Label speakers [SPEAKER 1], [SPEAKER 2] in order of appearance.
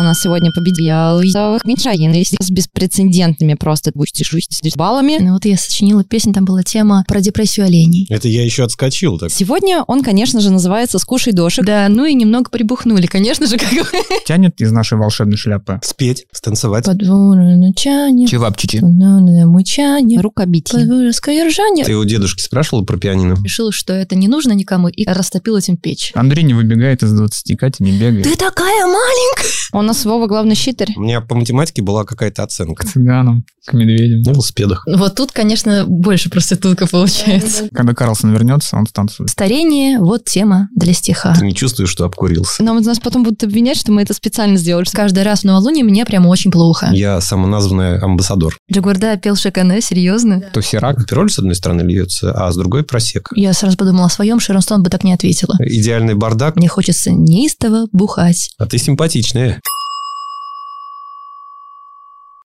[SPEAKER 1] У нас сегодня победила Лиза Мичагин. с беспрецедентными просто с баллами.
[SPEAKER 2] Ну вот я сочинила песню, там была тема про депрессию оленей.
[SPEAKER 3] Это я еще отскочил так.
[SPEAKER 1] Сегодня он, конечно же, называется «Скушай дошик».
[SPEAKER 2] Да, ну и немного прибухнули, конечно же, как бы.
[SPEAKER 4] Тянет из нашей волшебной шляпы.
[SPEAKER 3] Спеть, станцевать.
[SPEAKER 2] Подворное нучание,
[SPEAKER 4] Чевапчичи.
[SPEAKER 2] подворное мучание,
[SPEAKER 1] Рукобитие.
[SPEAKER 2] подворское ржание.
[SPEAKER 3] Ты у дедушки спрашивала про пианино?
[SPEAKER 2] Решила, что это не нужно никому, и растопила этим печь.
[SPEAKER 4] Андрей не выбегает из 20, Катя не бегает.
[SPEAKER 2] Ты такая маленькая!
[SPEAKER 1] У нас Вова главный щитер.
[SPEAKER 3] У меня по математике была какая-то оценка.
[SPEAKER 4] К цыганам, к медведям.
[SPEAKER 3] На велосипедах.
[SPEAKER 2] Вот тут, конечно, больше проститутка получается.
[SPEAKER 4] Когда Карлсон вернется, он станцует.
[SPEAKER 2] Старение – вот тема для стиха.
[SPEAKER 3] Ты не чувствуешь, что обкурился?
[SPEAKER 1] Нам нас потом будут обвинять, что мы это специально сделали.
[SPEAKER 2] Каждый раз в новолуние мне прямо очень плохо.
[SPEAKER 3] Я самоназванный амбассадор.
[SPEAKER 2] Джигурда пел Шакане, серьезно?
[SPEAKER 4] То сирак.
[SPEAKER 3] Пироль с одной стороны льется, а с другой просек.
[SPEAKER 2] Я сразу подумала о своем,
[SPEAKER 3] Э.
[SPEAKER 2] Шеронстон бы так не ответила.
[SPEAKER 3] Идеальный бардак.
[SPEAKER 2] Мне хочется неистово бухать.
[SPEAKER 3] А ты симпатичная.